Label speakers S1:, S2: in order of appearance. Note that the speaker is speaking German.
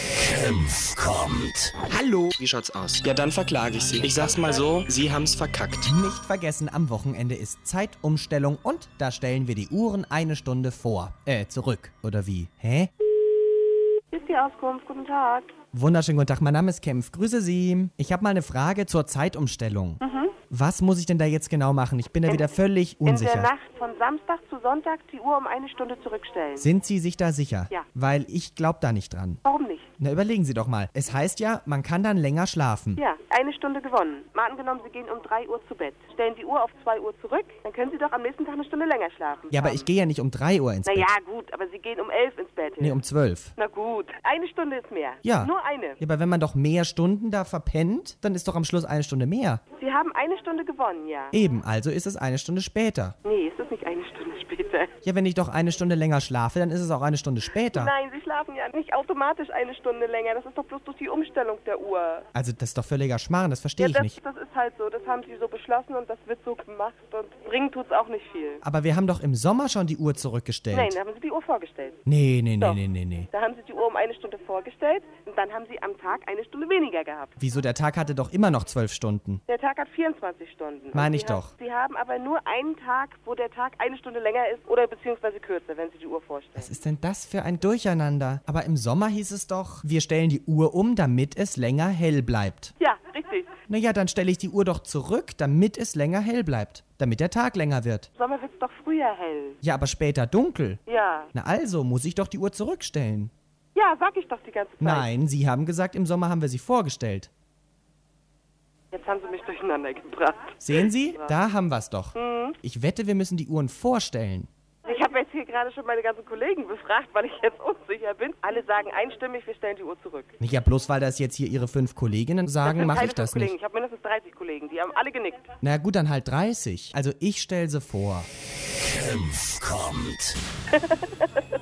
S1: Senf kommt.
S2: Hallo.
S3: Wie schaut's aus? Ja, dann verklage ich Sie. Ich sag's mal so, Sie haben's verkackt.
S2: Nicht vergessen, am Wochenende ist Zeitumstellung und da stellen wir die Uhren eine Stunde vor. Äh, zurück. Oder wie? Hä?
S4: Hier ist die Auskunft. Guten Tag.
S2: Wunderschönen guten Tag, mein Name ist Kempf. Grüße Sie. Ich habe mal eine Frage zur Zeitumstellung. Was muss ich denn da jetzt genau machen? Ich bin da wieder völlig
S4: Mhm. In
S2: unsicher.
S4: der Nacht von Samstag zu Sonntag die Uhr um eine Stunde zurückstellen.
S2: Sind Sie sich da sicher?
S4: Ja.
S2: Weil ich glaube da nicht dran.
S4: Warum nicht?
S2: Na, überlegen Sie doch mal. Es heißt ja, man kann dann länger schlafen.
S4: Ja, eine Stunde gewonnen. Mal angenommen, Sie gehen um 3 Uhr zu Bett, stellen die Uhr auf 2 Uhr zurück, dann können Sie doch am nächsten Tag eine Stunde länger schlafen.
S2: Ja, aber ich gehe ja nicht um 3 Uhr ins Bett.
S4: Naja, gut, aber Sie gehen um 11 ins Bett.
S2: Nee, um 12.
S4: Na gut, eine Stunde ist mehr.
S2: Ja.
S4: Nur eine.
S2: Ja, aber wenn man doch mehr Stunden da verpennt, dann ist doch am Schluss eine Stunde mehr.
S4: Sie haben eine Stunde gewonnen, ja.
S2: Eben, also ist es eine Stunde später.
S4: Nee, es ist nicht eine Stunde später.
S2: Ja, wenn ich doch eine Stunde länger schlafe, dann ist es auch eine Stunde später.
S4: Nein, Sie schlafen ja nicht automatisch eine Stunde länger. Das ist doch bloß durch die Umstellung der Uhr.
S2: Also das ist doch völliger Schmarrn, das verstehe
S4: Ja,
S2: ich
S4: das,
S2: nicht.
S4: das ist halt so. Das haben sie so beschlossen und das wird so gemacht und bringen tut's auch nicht viel.
S2: Aber wir haben doch im Sommer schon die Uhr zurückgestellt.
S4: Nein, da haben sie die Uhr vorgestellt.
S2: nee, nee, nee,
S4: Doch.
S2: nee, nee, nee.
S4: Da haben sie die Uhr um eine Stunde vorgestellt und dann haben sie am Tag eine Stunde weniger gehabt.
S2: Wieso, der Tag hatte doch immer noch zwölf Stunden.
S4: Der Tag hat 24 Stunden. Und
S2: Meine ich
S4: sie haben-
S2: doch.
S4: Sie haben aber nur einen Tag, wo der Tag eine Stunde länger ist oder beziehungsweise kürzer, wenn sie die Uhr vorstellen.
S2: Was ist denn das für ein Durcheinander? Aber im Sommer hieß es doch, wir stellen die Uhr um, damit es länger hell bleibt.
S4: Ja, richtig.
S2: Naja, dann stelle ich die Uhr doch zurück, damit es länger hell bleibt. Damit der Tag länger wird.
S4: Im Sommer wird's doch früher hell.
S2: Ja, aber später dunkel.
S4: Ja.
S2: Na also, muss ich doch die Uhr zurückstellen.
S4: Ja, sag ich doch die ganze Zeit.
S2: Nein, Sie haben gesagt, im Sommer haben wir sie vorgestellt.
S4: Jetzt haben sie mich durcheinander gebracht.
S2: Sehen Sie? Da haben wir's doch.
S4: Mhm.
S2: Ich wette, wir müssen die Uhren vorstellen.
S4: Ich habe jetzt hier gerade schon meine ganzen Kollegen befragt, weil ich jetzt unsicher bin. Alle sagen einstimmig, wir stellen die Uhr zurück.
S2: Nicht ja bloß, weil das jetzt hier Ihre fünf Kolleginnen sagen,
S4: sind
S2: mache
S4: keine
S2: ich das
S4: fünf Kollegen.
S2: nicht.
S4: Ich habe mindestens 30 Kollegen, die haben alle genickt.
S2: Na gut, dann halt 30. Also ich stelle sie vor.
S1: Senf kommt.